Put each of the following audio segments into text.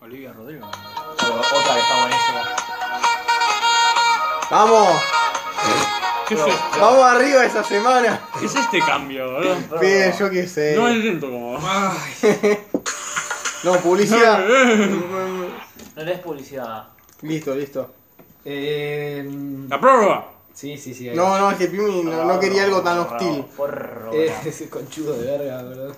Olivia Rodrigo. Otra que está buenísima. ¡Vamos! ¿Qué es Pero- esto? ¡Vamos arriba esa semana! ¿Qué es este cambio, boludo? Bien, yo qué sé. No intento como. No, publicidad. No le des publicidad. Listo, listo. Eh, La prórroga. sí, sí, sí. ahí. No, no, es que Pimi no, no quería algo tan hostil. Porro. Eh, ese conchudo de verga, boludo.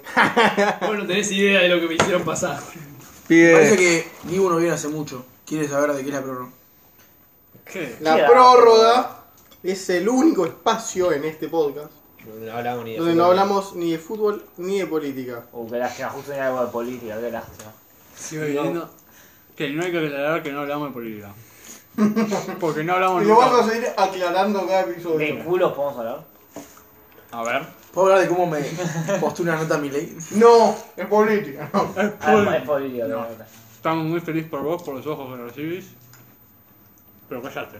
Vos no tenés idea de lo que me hicieron pasar. Parece Pide. que Dibu no viene hace mucho. Quiere saber de qué es la prórroga. ¿Qué? La prórroga es el único espacio en este podcast No hablamos ni de donde no fútbol. hablamos ni de fútbol ni de política. Uh, qué lástima, justo en algo de política, qué lástima. Sigo viviendo. Que no hay que aclarar que no hablamos de política. Porque no hablamos Y lo vamos nunca. a seguir aclarando cada ¿De episodio. culos podemos hablar? A ver. ¿Puedo hablar de cómo me postó una nota a mi ley? No, es política. no. Ah, no, es política, No. obviamente. Estamos muy felices por vos, por los ojos que recibís. Pero callate.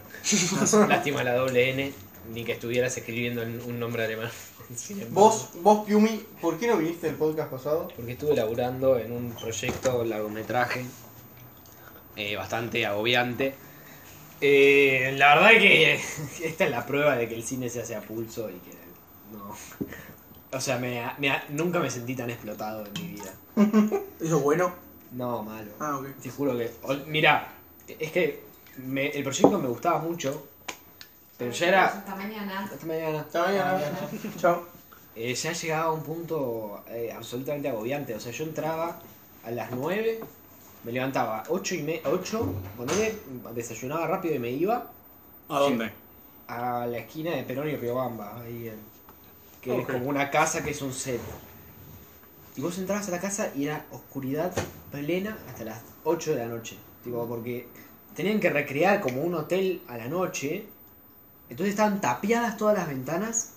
Lástima la doble N, ni que estuvieras escribiendo en un nombre alemán. Sin embargo, Vos, vos Piumi, ¿por qué no viniste el podcast pasado? Porque estuve laburando en un proyecto largometraje eh, bastante agobiante. Eh, la verdad que esta es la prueba de que el cine se hace a pulso y que no. O sea, me- me- nunca me sentí tan explotado en mi vida. ¿Eso es bueno? No, malo. Ah, ok. Te juro que. ol- Mirá, es que me- el proyecto me gustaba mucho, pero ya era. Hasta mañana. Esta mañana. Hasta mañana. Chao. Eh, ya llegaba a un punto eh, absolutamente agobiante. O sea, yo entraba a las 9, me levantaba 8 y me 8, ponele, desayunaba rápido y me iba ¿A dónde? a la esquina de Perón y Riobamba, ahí en, que Ok. es como una casa que es un set. Y vos entrabas a la casa y era oscuridad plena hasta las 8 de la noche. Tipo, Mm. porque tenían que recrear como un hotel a la noche. Entonces estaban tapiadas todas las ventanas.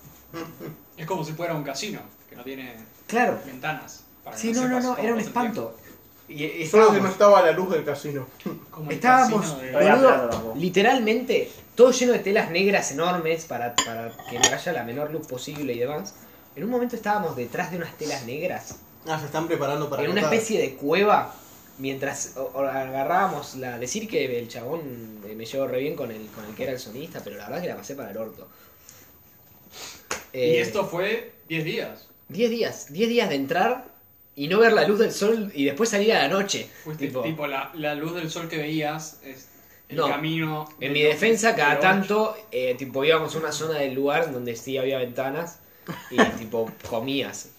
Es como si fuera un casino, que no tiene Claro, ventanas. para que Sí, no, no, sepas no, cómo era un pasa el tiempo. espanto. Y, y Solo que no estábamos, estaba la luz del casino. Como el estábamos casino de- No había boludo, plata tampoco. literalmente, todo lleno de telas negras enormes para, para que no haya la menor luz posible y demás. En un momento estábamos detrás de unas telas negras, Ah, se están preparando para en una anotar. especie de cueva, mientras o- o agarrábamos la... Decir que el chabón eh, me llevó re bien con el, con el que era el sonista, pero la verdad que la pasé para el orto. Y Eh, esto fue 10 días. 10 días, 10 días de entrar y no ver la luz del sol y después salir a la noche. Fuiste tipo, Tipo, la, la luz del sol que veías, es el No. camino. En de mi los- defensa, de cada los- tanto, eh, tipo, íbamos a una zona del lugar donde sí había ventanas y, tipo, comías.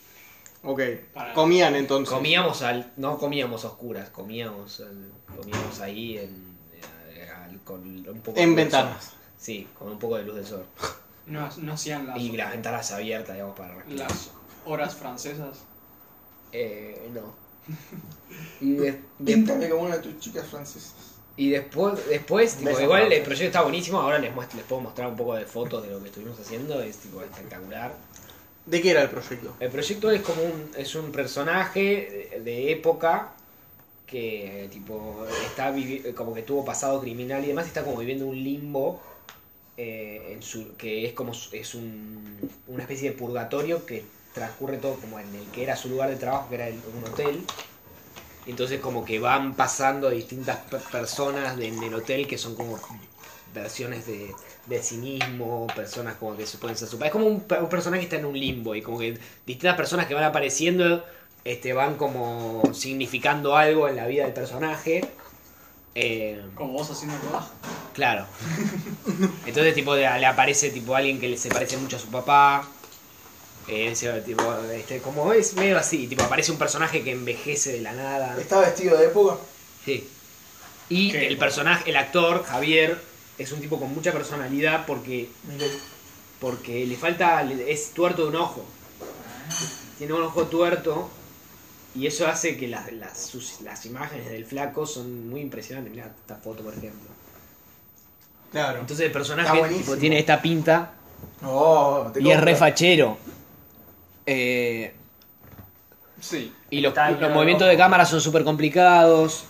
Ok, Para- comían entonces. Comíamos al... No comíamos a oscuras, comíamos, al- comíamos ahí en, eh, al- con un poco de En luz del ventanas. sol. Sí, con un poco de luz del sol. No, no hacían las, Y las ventanas abiertas, digamos, para respirar. las horas francesas. Eh, no. Y, de- de- Píntame como una de tus chicas francesas. y después, después tipo, Besos, igual el Frances. proyecto está buenísimo, ahora les, muest- les puedo mostrar un poco de fotos de lo que estuvimos haciendo, es tipo espectacular. ¿De qué era el proyecto? El proyecto es como un, es un personaje de, de época que tipo está vivi- como que tuvo pasado criminal y demás está como viviendo un limbo eh, en su, que es como su- es un- una especie de purgatorio que transcurre todo como en el que era su lugar de trabajo que era el- un hotel entonces como que van pasando distintas per- personas de- en el hotel que son como versiones de, de sí mismo, personas como que se pueden ser super... Es como un, pe- un personaje que está en un limbo y como que distintas personas que van apareciendo este, van como significando algo en la vida del personaje. Eh, Como vos haciendo el rodaje. claro. Entonces tipo de- le aparece tipo alguien que le- se parece mucho a su papá. Eh, ese tipo, este, como es medio así, tipo aparece un personaje que envejece de la nada. ¿Está vestido de época? Sí. Y Qué el bueno. personaje, el actor, Javier, es un tipo con mucha personalidad porque, Milei. porque le falta, le- es tuerto de un ojo. Tiene un ojo tuerto y eso hace que las, las, sus- las imágenes del flaco son muy impresionantes. Mira esta foto, por ejemplo. Claro. Entonces el Está personaje buenísimo. tipo, tiene esta pinta No, te y es compro. re fachero. Eh, Sí. Y los, Está los bien, movimientos loco. de cámara son súper complicados.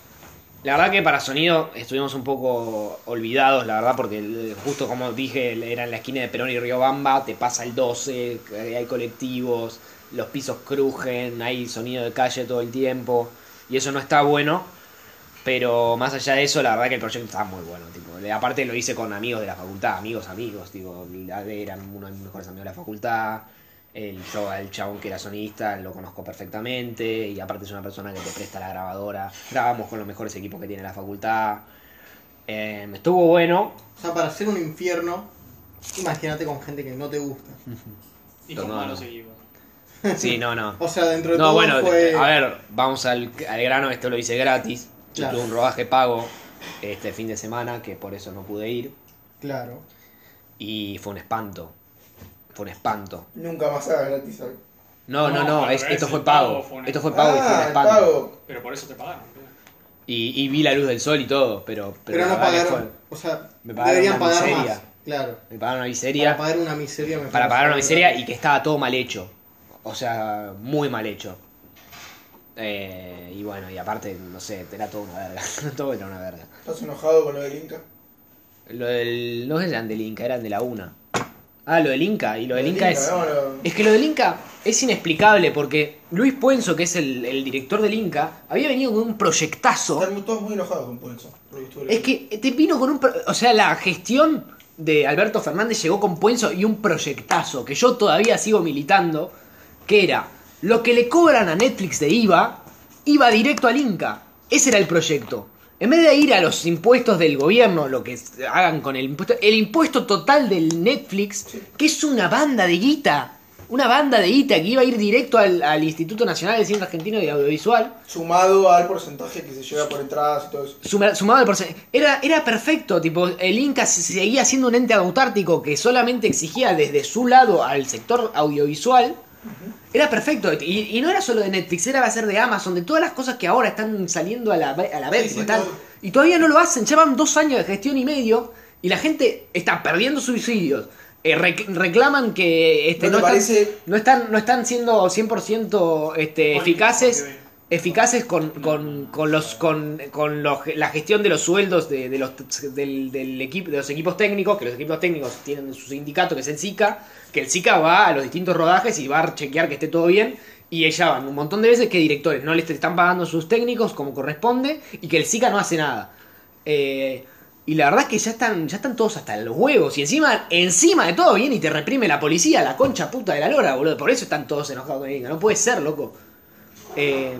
La verdad que para sonido estuvimos un poco olvidados, la verdad, porque el- justo como dije, el- era en la esquina de Perón y Riobamba, te pasa el 12, eh, hay colectivos, los pisos crujen, hay sonido de calle todo el tiempo, y eso no está bueno. Pero más allá de eso, la verdad que el proyecto está muy bueno. Tipo, de- aparte lo hice con amigos de la facultad, amigos, amigos. Tipo, la- eran uno de mis mejores amigos de la facultad. El, yo al chabón que era sonista lo conozco perfectamente. Y aparte es una persona que te presta la grabadora. Grabamos con los mejores equipos que tiene la facultad. Eh, estuvo bueno. O sea, para hacer un infierno, imagínate con gente que no te gusta. Y con No, no. malos equipos. Sí, no, no. O sea, dentro de No, todo bueno, fue... a ver, vamos al, al grano, esto lo hice gratis. Yo Claro. tuve un rodaje pago este fin de semana, que por eso no pude ir. Claro. Y fue un espanto. Fue un espanto. Nunca más hagas gratis algo. No, no, No, no, al es- revés, esto fue el pago pago. fue un- Esto fue pago y fue un ah, el espanto. pago. Pero por eso te pagaron. tío. Eh, Y, y vi la luz del sol y todo, pero, Pero, pero, la no verdad que pagaron. O sea, Me pagaron deberían una pagar miseria. más. Claro. fue- me pagaron una Para miseria. pagar una miseria me para parece pagar una muy miseria gratis. y que estaba todo mal hecho. O sea, muy mal hecho. Eh, y bueno, y aparte, no sé, era todo una verga. todo era una verga. ¿Estás enojado con lo del Inca? Lo del. No eran del Inca, eran de la una. Ah, lo del Inca. Y lo del Inca es. no, lo- Es que lo del Inca es inexplicable porque Luis Puenzo, que es el, el director del Inca, había venido con un proyectazo. Están todos muy enojados con Ponzo. por lo estuve Es leyendo. que te vino con un. pro- O sea, la gestión de Alberto Fernández llegó con Puenzo y un proyectazo que yo todavía sigo militando. Que era lo que le cobran a Netflix de IVA, iba directo al Inca. Ese era el proyecto. En vez de ir a los impuestos del gobierno, lo que s- hagan con el impuesto, el impuesto total del Netflix, que es una banda de guita, una banda de guita que iba a ir directo al, al Instituto Nacional de Cine Argentino de Audiovisual, Sumado al porcentaje que se lleva por entradas y todo eso. Suma- sumado al porcentaje. Era, era perfecto, tipo, el Inca se- seguía siendo un ente autártico que solamente exigía desde su lado al sector audiovisual. Era perfecto, y, y no era solo de Netflix, era va a ser de Amazon, de todas las cosas que ahora están saliendo a la, a la vez. sí, están- todo. y todavía no lo hacen, llevan dos años de gestión y medio, y la gente está perdiendo suicidios. Eh, rec- reclaman que este, ¿No te están- parece? no están, no están siendo 100% este, eficaces eficaces con, con, con los con, con los- la gestión de los sueldos de, de los del, del equipo de los equipos técnicos que los equipos técnicos tienen su sindicato que es el SICA que el SICA va a los distintos rodajes y va a chequear que esté todo bien y ella van un montón de veces que directores no les están pagando sus técnicos como corresponde y que el SICA no hace nada Eh, y la verdad es que ya están ya están todos hasta los huevos y encima encima de todo bien y te reprime la policía la concha puta de la lora boludo por eso están todos enojados con el Inca. no puede ser loco Eh,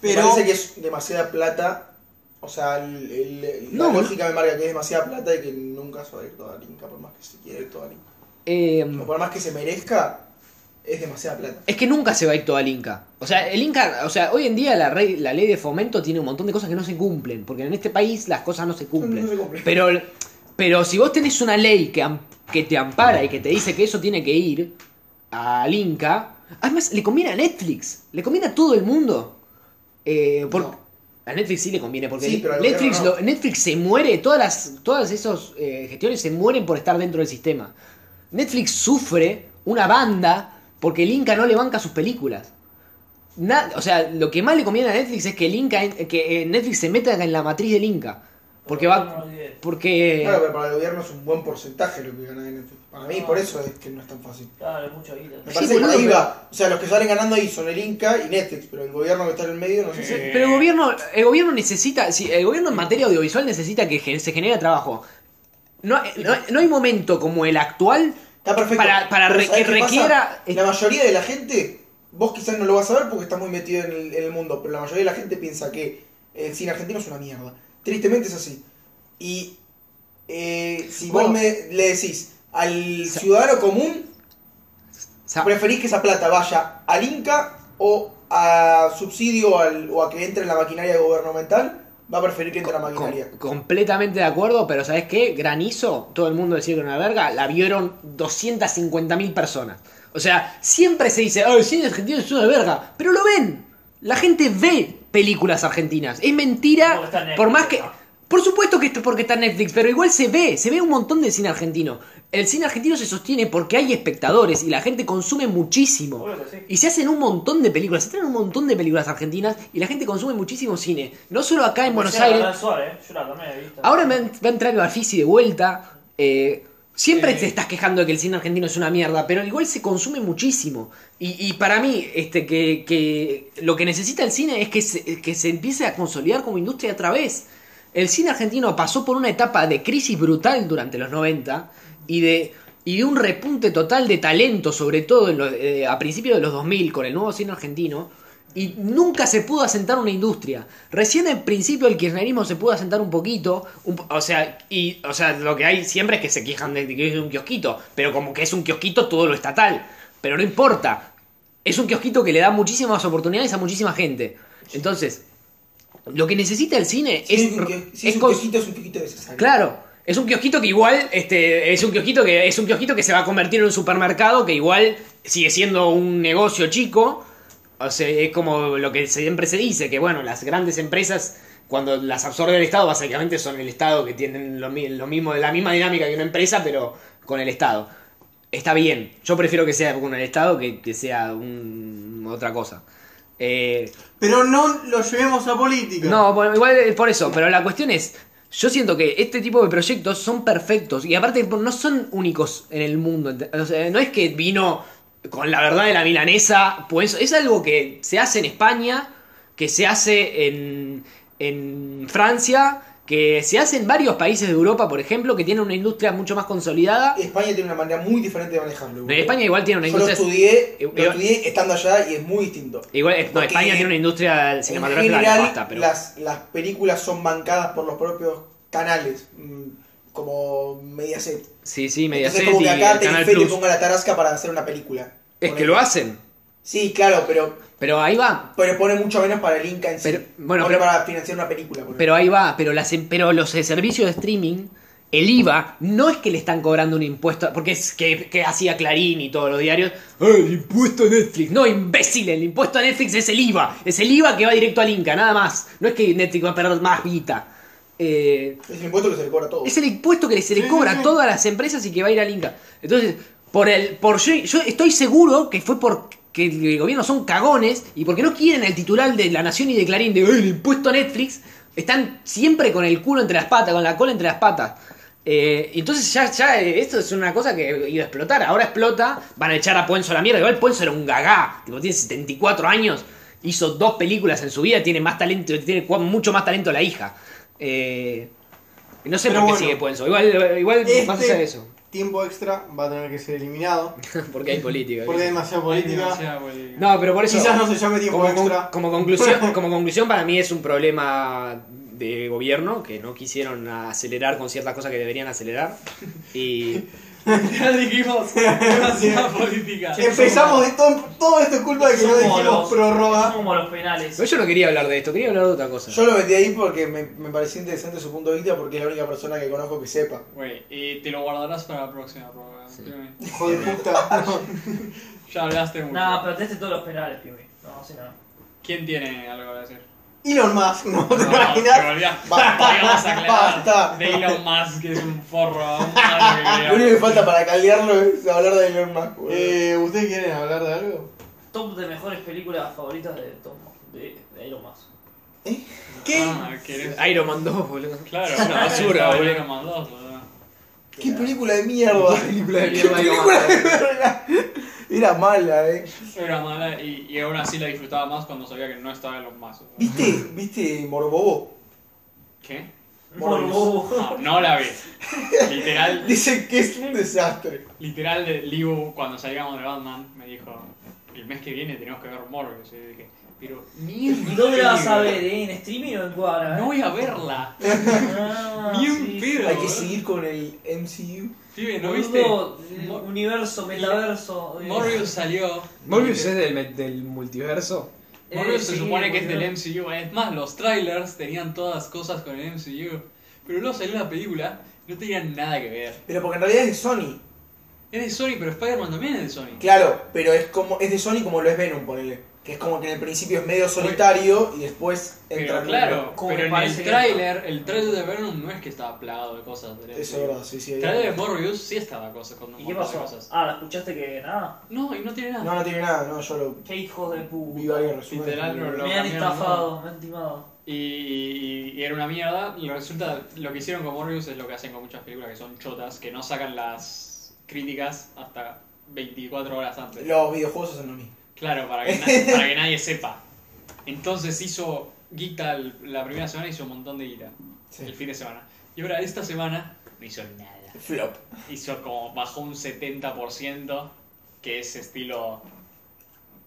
Pero... Pero- Me parece que es demasiada plata. O sea, el- el- el- No, la boludo. lógica me marca que es demasiada plata y que nunca se va a ir toda al Inca, por más que se quiera ir toda al Inca. Eh, O por más que se merezca, es demasiada plata. es que nunca se va a ir todo al Inca. O sea, el Inca, o sea, hoy en día la, rey- la ley de fomento tiene un montón de cosas que no se cumplen, porque en este país las cosas no se cumplen. No se cumplen. Pero, pero si vos tenés una ley que, am- que te ampara y que te dice que eso tiene que ir al Inca, además le conviene a Netflix, le conviene a todo el mundo. Eh, por- No. A Netflix sí le conviene, porque Sí, pero al Netflix, gobierno lo- Netflix se muere, todas las todas esas gestiones se mueren por estar dentro del sistema. Netflix sufre una banda porque el Inca no le banca sus películas. Na- o sea, lo que más le conviene a Netflix es que el Inca en- que eh, Netflix se meta en la matriz del Inca. Porque va. Porque. Claro, pero para el gobierno es un buen porcentaje lo que gana de Netflix. Para mí, No. por eso es que no es tan fácil. Claro, es mucha guita. Me Ah. Sí, parece que boludo, ahí va. O sea, los que salen ganando ahí son el Inca y Netflix, pero el gobierno que está en el medio no sé si. Eh, Pero el gobierno, el gobierno necesita, si el gobierno en materia audiovisual necesita que gen- se genere trabajo. No, no, no hay momento como el actual Está perfecto. para, para Pero re- ¿sabés que qué requiera... pasa? La mayoría de la gente, vos quizás no lo vas a ver porque estás muy metido en el, en el mundo, pero la mayoría de la gente piensa que el cine argentino es una mierda. Tristemente es así. Y eh, si Bueno. vos me, le decís al ciudadano común, o sea, preferís que esa plata vaya al Inca o a subsidio al- o a que entre en la maquinaria gubernamental, va a preferir que entre en la com- maquinaria. completamente de acuerdo, pero ¿sabes qué? Granizo, todo el mundo decía que era una verga, la vieron 250.000 personas. O sea, siempre se dice, oh, el cine argentino es una verga, pero lo ven. La gente ve películas argentinas. Es mentira, Porque está en Netflix, por más que... ¿no? Por supuesto que esto es porque está en Netflix, pero igual se ve, se ve un montón de cine argentino. El cine argentino se sostiene porque hay espectadores y la gente consume muchísimo. Obvio que sí. Y se hacen un montón de películas, se traen un montón de películas argentinas y la gente consume muchísimo cine. No solo acá en Buenos Yo la Aires. verdad, suave, ¿eh? Yo la tomé de vista. Ahora me va a entrar el Bafisi de vuelta. eh, Siempre Eh. te estás quejando de que el cine argentino es una mierda, pero igual se consume muchísimo. Y, y para mí, este, que, que lo que necesita el cine es que se, que se empiece a consolidar como industria otra vez. El cine argentino pasó por una etapa de crisis brutal durante los 90 y de, y de un repunte total de talento, sobre todo en lo- eh, a principios de los 2000 con el nuevo cine argentino. Y nunca se pudo asentar una industria. Recién en principio el kirchnerismo se pudo asentar un poquito. un po- o, sea, y, o sea, lo que hay siempre es que se quejan de que es un kiosquito. Pero como que es un kiosquito todo lo estatal. Pero no importa. Es un kiosquito que le da muchísimas oportunidades a muchísima gente. Entonces, lo que necesita el cine Si es... es, un que- si es, es un cons- quejito, es un quejito necesario. Claro, es un kiosquito que igual, este, es un kiosquito que es un kiosquito que se va a convertir en un supermercado que igual sigue siendo un negocio chico. O sea, es como lo que siempre se dice, que bueno, las grandes empresas cuando las absorbe el Estado básicamente son el Estado que tienen lo, mi- lo mismo, la misma dinámica que una empresa, pero con el Estado. Está bien, yo prefiero que sea con el Estado que, que sea un- otra cosa. Eh, Pero no lo llevemos a política. no, bueno, igual es por eso, pero la cuestión es, yo siento que este tipo de proyectos son perfectos y aparte no son únicos en el mundo, ent- o sea, no es que vino con la verdad de la milanesa, pues es algo que se hace en España, que se hace en, en Francia, que se hace en varios países de Europa, por ejemplo, que tienen una industria mucho más consolidada. España tiene una manera muy diferente de manejarlo. boludo. España eh, igual tiene una Yo lo industria... estudié, Yo- lo estudié estando allá y es muy distinto. Igual, no, Porque España tiene una industria En cinematográfica general, nefasta, pero... las, las películas son bancadas por los propios canales, mm, como Mediaset. Sí, sí, Entonces, Mediaset como y que acá Canal Telefe te Plus. ponga la tarasca para hacer una película. Es Ponele. que lo hacen, Sí, claro, pero, pero ahí va, pero pone mucho menos para el Inca en sí. Pero, bueno, Pone pero- para financiar una película. ponele. Pero ahí va, pero, las, em- pero los eh, servicios de streaming, el IVA, no es que le están cobrando un impuesto, porque es que, que hacía Clarín y todos los diarios, "Ah, el impuesto a Netflix, no, imbécil, el impuesto a Netflix es el IVA, es el IVA que va directo al Inca, nada más, no es que Netflix va a perder más guita. Eh, Es el impuesto que se le cobra a todos. es el impuesto que se le Sí, cobra sí, a sí. todas las empresas y que va a ir al Inca. Entonces, por el, por yo, yo estoy seguro que fue porque el gobierno son cagones y porque no quieren el titular de La Nación y de Clarín de "Eh, el impuesto a Netflix, están siempre con el culo entre las patas, con la cola entre las patas. Eh, entonces ya, ya eh, esto es una cosa que iba a explotar. Ahora explota, van a echar a Puenzo a la mierda. Igual Puenzo era un gagá, tipo, tiene 74 años, hizo dos películas en su vida, tiene más talento, tiene cua- mucho más talento la hija. Eh, no sé Pero por qué bueno. sigue Puenzo. Igual, igual Este- más allá de eso. Tiempo extra va a tener que ser eliminado. Porque hay política. Porque hay demasiada política. Demasiada política. No, pero por eso. Quizás no se llame tiempo como, con- extra. como conclusión, como conclusión, para mí es un problema de gobierno que no quisieron acelerar con ciertas cosas que deberían acelerar. Y. Ya dijimos, demasiada política. Empezamos de todo, todo esto es culpa de que no Somos dijimos los- prórroga. Son como los penales. No, yo no quería hablar de esto, quería hablar de otra cosa. Yo lo metí ahí porque me, me pareció interesante su punto de vista porque es la única persona que conozco que sepa. Güey, y te lo guardarás para la próxima programa. Pime. Hijo de puta. Ya hablaste mucho. Nada, pero teste todos los penales, pibe. No, sé nada. ¿Quién tiene algo que decir? Elon Musk, no te No, te imaginas. olvidaste. Basta, Digamos aclarar basta. De Elon Musk, que es un forro. un malo que Lo único que falta para caldearlo es hablar de Elon Musk. boludo. Eh, ¿Ustedes quieren hablar de algo? Top de mejores películas favoritas de Tom de, de Iron Mask. Ah, ¿querés? Iron Man 2, boludo. Claro, Es una basura, estaba boludo. Iron Man 2, boludo. ¡Qué película de mierda! Película de mierda, Iron Man. Era mala, eh. Era mala y, y aún así la disfrutaba más cuando sabía que no estaba Elon Musk. boludo. ¿Viste? ¿Viste Morbobo? ¿Qué? Morbo. No, no la vi. Literal, Dicen que es un desastre. literal de Liu cuando salgamos de Batman me dijo, el mes que viene tenemos que ver Morbius. Y yo dije, pero ni en ¿Y dónde la vas a pedo. ver, eh? ¿En streaming o en cuadra? eh? No voy a verla. Ah, Ni un sí, pedo. Hay que seguir con el MCU. Pibe, ¿no viste? Boludo, el Mor- universo, metaverso. eh, Morbius salió. Morbius es del, me- del multiverso. eh, Morbius se sí, supone que es boludo. del MCU. Es más, los trailers tenían todas cosas con el MCU. Pero luego salió la película, no tenían nada que ver. Pero porque en realidad es de Sony. Es de Sony, pero Spider-Man también es de Sony. Claro, pero es como es de Sony como lo es Venom, ponele. Que es como que en el principio es medio solitario y después entra Pero en un- claro, como pero que en parece el que- tráiler, el tráiler de Venom no es que estaba plagado de cosas del Eso es MCU. verdad, sí, sí. El ahí- tráiler de Morbius sí estaba cosas con un ¿Y qué montón de pasó? cosas. Ah, ¿la escuchaste que nada? No, y no tiene nada. No, no tiene nada, no, yo lo Qué hijos de vi puta. varios resúmenes. Literal, no, Me no. han cambiaron estafado, me han timado. y, y- y era una mierda. Y resulta, lo que hicieron con Morbius es lo que hacen con muchas películas que son chotas, que no sacan las críticas hasta 24 horas antes. Los videojuegos hacen lo mismo. Claro, para que, na- para que nadie sepa. Entonces hizo guita el- la primera semana, hizo un montón de guita. El Sí. fin de semana. Y ahora, esta semana, no hizo nada. Flop. Hizo como, bajó un 70%, que es estilo,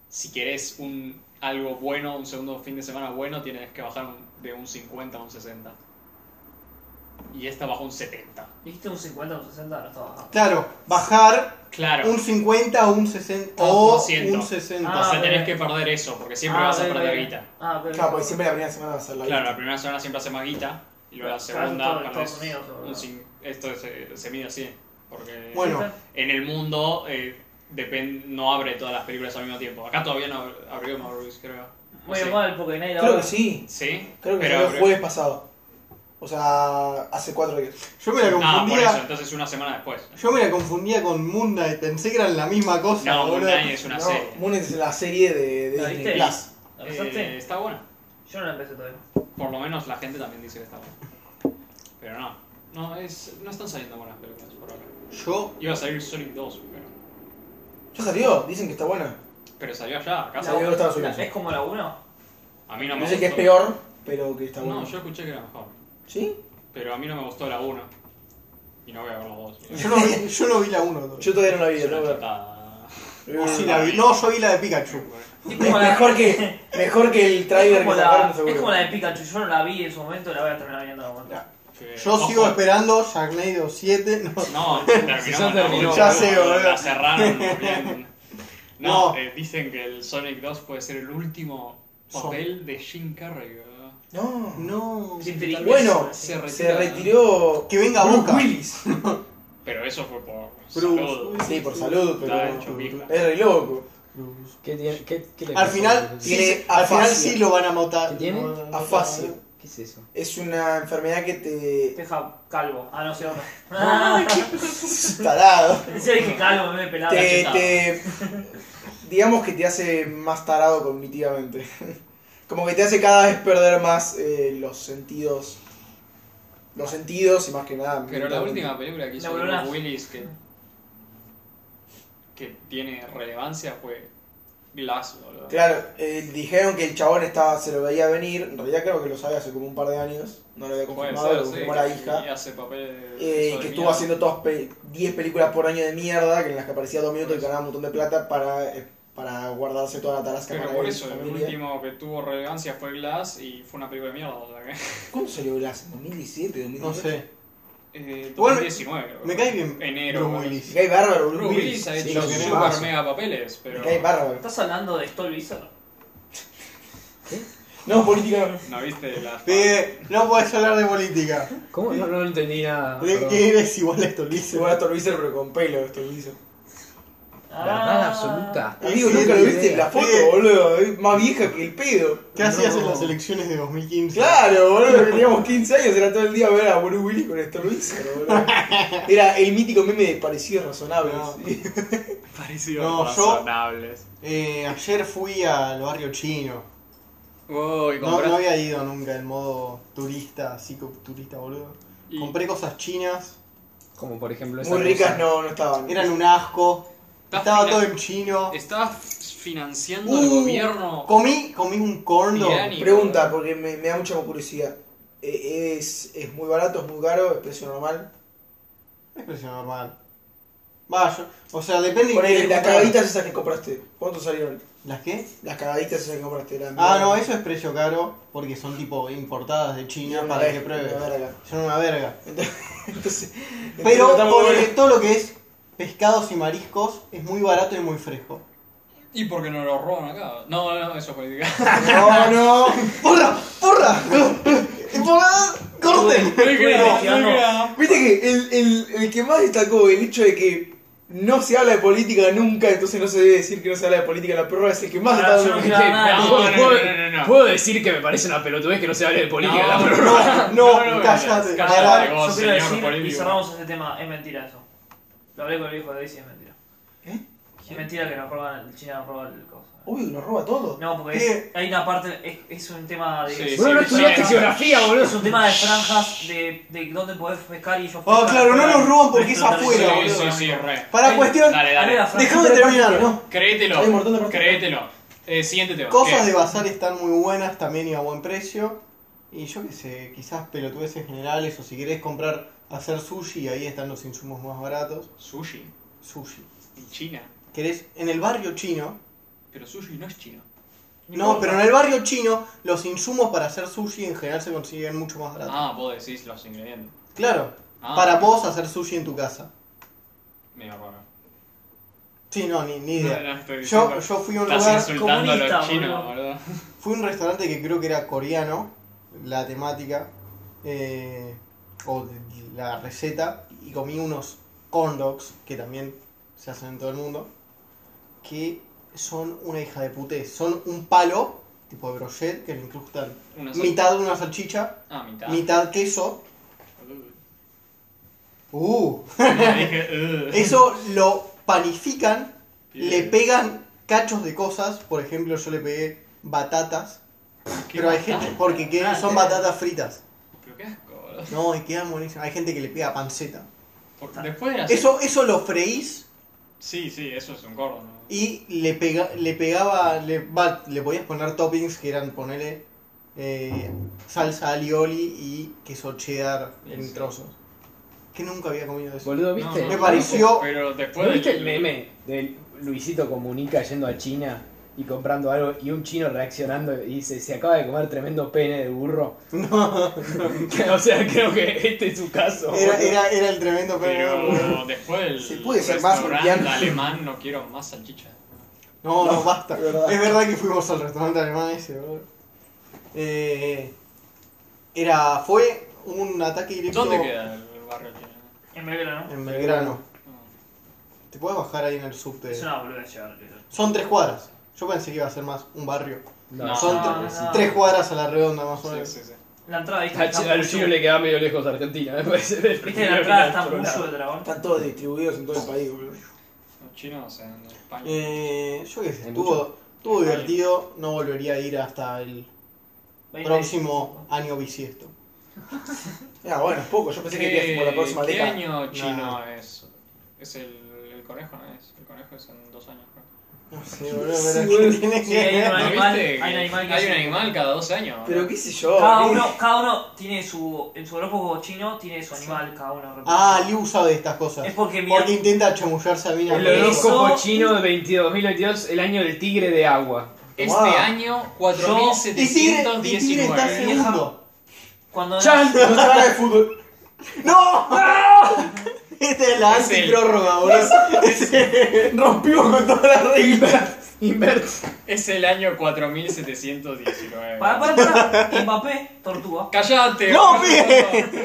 si querés un, algo bueno, un segundo fin de semana bueno, tienes que bajar un- de un 50 a un 60. Y esta bajó un 70. Dijiste un 50 o un 60, no estaba bajando. Claro, bajar Claro. Oh, un 50 o un 60. O O un 100. un 60. o sea, Ah, tenés ok. que perder eso, porque siempre Ah, vas a ok, perder ok. guita. Ah, pero. Claro, porque siempre la primera semana va a ser la Claro, la guita. primera semana siempre hace más guita, y luego Claro, la todo- segunda Estados perdés Unidos, un ¿verdad? cin- Esto se, se mide así, porque... Bueno, en el mundo eh, depen- no abre todas las películas al mismo tiempo. Acá todavía no ab- abrió Morbius, creo. Muy Sí. mal, porque nadie la Creo va. que sí. Sí, Creo que pero salió el abrió- jueves pasado. O sea, hace cuatro días. yo me la Ah, por eso, confundía. entonces una semana después. Yo me la confundía con Moon Knight. Pensé que eran la misma cosa. No, Moon boludo. Knight es una No, serie. Moon es la serie de, de ¿La Disney viste? Plus. ¿La Eh, empezaste? está buena. Yo no la empecé todavía. Por lo menos la gente también dice que está buena. Pero no, no, es, no están saliendo buenas películas por ahora. Yo, Iba a salir Sonic 2, pero, ¿Ya salió? Dicen que está buena. pero salió allá, acá. Salió en Estados Unidos. La- ¿Es como la 1? A mí no me Dicen que es gustó. peor, pero que está buena. No, yo escuché que era mejor. ¿Sí? Pero a mí no me gustó la 1. Y no voy a ver la 2. yo, no, vi, yo no vi la 1. Yo todavía no la vi, Es la tengo una que ver. chotada. O sí la vi. No, yo vi la de Pikachu. Es Es mejor que, mejor que el trailer es como, que la, sacaron, es como seguro. la de Pikachu. Yo no la vi en su momento, la voy a terminar viendo en algún momento. Que- Yo ojo, sigo esperando Sharknado 7. No, No, terminamos Si ya la terminó, última, ya sé, boludo. La cerraron bien. No, No. eh, dicen que el Sonic 2 puede ser el último papel de Jim Carrey. ¿verdad? No. no. Qué triste. Bueno, Sí. se- Se retiró Que venga Bruce Boca. Willis. Pero eso fue por Bruce salud. Willis. Sí, por salud, Está pero hecho pija. es re loco. ¿Qué tiene- qué- qué le Al pasa? final, Sí, sí, afasia. al final sí lo van a ¿Qué matar. tiene? Lo van a matar. Afasia. ¿Qué es eso? Es una enfermedad que Te te... deja calvo. Ah, no, cierto. Tarado. Decía dije calvo, me he pelado. Te, te... Digamos que te hace más tarado cognitivamente. Como que te hace cada vez perder más eh, los sentidos. Los sentidos y más que nada... Pero la mentalmente. última película que hizo Neuronas. Bruce Willis que, que tiene relevancia fue Glass, boludo. Claro, eh, dijeron que el chabón estaba, se lo veía venir, en realidad creo que lo sabía hace como un par de años, no lo había Puede confirmado, lo ser, sí, confirmó la hija, Y hace papel eh, que estuvo haciendo todas pe- 10 películas por año de mierda, que en las que aparecía dos minutos y ganaba un montón de plata para, eh, para guardarse toda la tarasca Pero para por él y eso, su el familia. último que tuvo relevancia fue Glass y fue una película de mierda. O sea que... ¿Cuándo salió Glass? ¿En 2017? ¿2018? No sé. Eh, Igual 2019, creo. me cae bien Enero. Bruce algo Willis. Me cae bárbaro, así. Bruce Bruce Willis. Willis ha Sí, hecho lo que me super pasa. mega papeles, Me pero. cae bárbaro. ¿Estás hablando de Stolbizer? No, política no. ¿No viste la.? Pibe, no puedes hablar de política. ¿Cómo? No, no entendí nada. De Ah, perdón. que eres igual a esto, Luis. Igual a Torbizer, pero con pelo, Torbizer. La verdad Ah. absoluta. Amigo, Sí, nunca lo lo viste veo. la foto, Sí. boludo. es Más vieja que el pedo. ¿Qué hacías No. en las elecciones de 2015? Claro, boludo, que teníamos 15 años, era todo el día ver a Bruce Willis con Star boludo. Era el mítico meme de parecidos razonables. No. Sí. Parecido No, razonables. Eh, ayer fui al barrio chino. Wow, y No, no compraste. había ido nunca en modo turista, psicoturista, boludo. y- Compré cosas chinas, Como por ejemplo esa Muy ricas cosa. no, no estaban. eran un asco. ¿Estás Estaba finan- todo en chino. ¿Estás financiando al Uh, gobierno? Comí, comí un corn dog. Irani. Pregunta, porque me, me da mucha curiosidad. Eh, ¿Es, ¿Es muy barato, es muy caro, es precio normal? Es precio normal. Vaya, o sea, depende. Ponele, de las cagaditas esas que compraste, ¿cuánto salieron? ¿Las qué? Las cagaditas esas que compraste. la Ah, mierda. no, eso es precio caro porque son tipo importadas de China Una para que verga, pruebes. una verga. Son una verga. Entonces, Pero entonces, ponele, estamos- todo lo que es pescados y mariscos es muy barato y muy fresco. ¿Y por qué no lo roban acá? No, no, eso es política. No, no. ¡Porra! ¡Porra! ¡Porra! ¡Corten! No hay grado, no hay no. grado. Viste que el, el- el que más destacó el hecho de que no se habla de política nunca, entonces no se debe decir que no se habla de política en la prórroga, es el que más Ahora, destacó. yo no el- quiero hablar de No, ¿Puedo- no, Ah, no, puedo- no, no. Puedo decir que me parece una pelotudez que no se hable de política. No, la verdad. No, cállate. Cállate vos, Yo quiero señor decir, y político. cerramos ese tema, es mentira eso. Lo hablé con el hijo de Daisy, es mentira. ¿Eh? Es mentira que nos roban, China nos roba el coso. Uy, nos roba todo. No, porque es- hay una parte, es, es un tema de... Sí, es- sí, Bueno, no sí, estudiaste sí. geografía, boludo. Es un tema de franjas de, de dónde podés pescar y ellos Ah, pescan claro, no afuera. nos roban porque es Nuestro afuera, territorio. Sí, boludo. sí, sí, re. Para Ay, cuestión. Dale, Dale, dale. la franja. Dejame de terminar, ¿no? Créetelo. Hay un montón de partes. Créetelo. Eh, siguiente tema. Cosas ¿Qué? de bazar están muy buenas también y a buen precio. Y yo qué sé, quizás pelotudeces generales o si querés comprar, hacer sushi, ahí están los insumos más baratos. Sushi. Sushi. En China. ¿Querés? En el barrio chino. Pero sushi no es chino. No, pero en el barrio chino los insumos para hacer sushi en general se consiguen mucho más baratos. Ah, vos decís los ingredientes. Claro, Ah, para vos hacer sushi en tu casa. Medio raro. Sí, no, ni, ni No, idea. no estoy Yo, diciendo- yo fui a un Estás lugar, insultando a los comunista, chinos, boludo. boludo. fui a un restaurante que creo que era coreano, la temática, eh, o de- la receta, y comí unos corn dogs, que también se hacen en todo el mundo, que son una hija de puté, son un palo, tipo de brochet, que le incrustan Una sal- mitad de una salchicha, Ah, mitad. mitad queso, Boludo. uh, Dije, "Uh". "Ugh". eso lo panifican Bien. Le pegan cachos de cosas, por ejemplo, yo le pegué batatas, ¿Qué pero hay batata? gente, porque que- Ah, son qué- batatas fritas. Pero qué asco, boludo. No, y quedan buenísimas. Hay gente que le pega panceta. Por- Después de la- Eso, eso lo freís Sí, sí, eso es un gordo. ¿no? y le, pega, le pegaba, le, va, le podías poner toppings que eran ponerle salsa alioli y queso cheddar Bien, sí. en trozos. Que nunca había comido eso. Boludo, No, ¿viste? no, Me no, pareció- Pero después ¿No viste del- el meme de Luisito Comunica yendo a China y comprando algo y un chino reaccionando y dice, se acaba de comer tremendo pene de burro? o sea, creo que este es su caso. Era, boludo. era, era el tremendo pero... Pero después del Se puede ser más restaurante liviano. alemán no quiero más salchicha. No, no, basta. es verdad. Es verdad que fuimos al restaurante alemán ese, boludo. Eh, era, fue un ataque directo ¿Dónde queda el barrio chino? En Belgrano, ¿no? en Belgrano. Te puedes bajar ahí en el subte. Es una boludez llegar. Belgrano. Son tres cuadras. Yo pensé que iba a ser más un barrio. No, Son Ah, no, tre- no. tres cuadras a la redonda más o Sí, menos. sí, sí. La entrada, ¿viste? Al, Está al chino mucho- le queda medio lejos a Argentina, me parece. ¿Viste? La entrada está mucho de dragón. Están todos distribuidos en todo el país, boludo. Los chinos en España. Eh, yo qué sé, Hay estuvo, mucho. estuvo divertido. No volvería a ir hasta el próximo año bisiesto. Ah, bueno, es poco. Yo pensé que irías por la próxima ¿Qué década. año chino es? Es el, el conejo, ¿no es? El conejo es en dos años. creo. No sé, boludo, Sí, pero boludo. ¿qué tiene Sí, que hay ver? un ¿No animal- viste? hay un animal que Hay un hace- animal cada dos años. ¿no? Pero qué sé yo. Cada ¿qué? uno, cada uno tiene su. En su horóscopo chino tiene su animal, cada uno. Ah, Liu sabe de estas cosas. Es porque mira. Porque intenta chamullarse a Mina. El Lo loco. horóscopo chino de 22, 2022, el año del tigre de agua. Este Wow. año, Y Tigre, y Tigre está 4719. segundo. Cuando. ¡Chan! No se habla de fútbol. ¡No! Esta Este es la Es el- antiprórroga, boludo. Rompimos con todas las reglas. Invert. Es el año 4719. Para, para, para. Mbappé, tortuga. ¡Cállate! ¡No, boludo!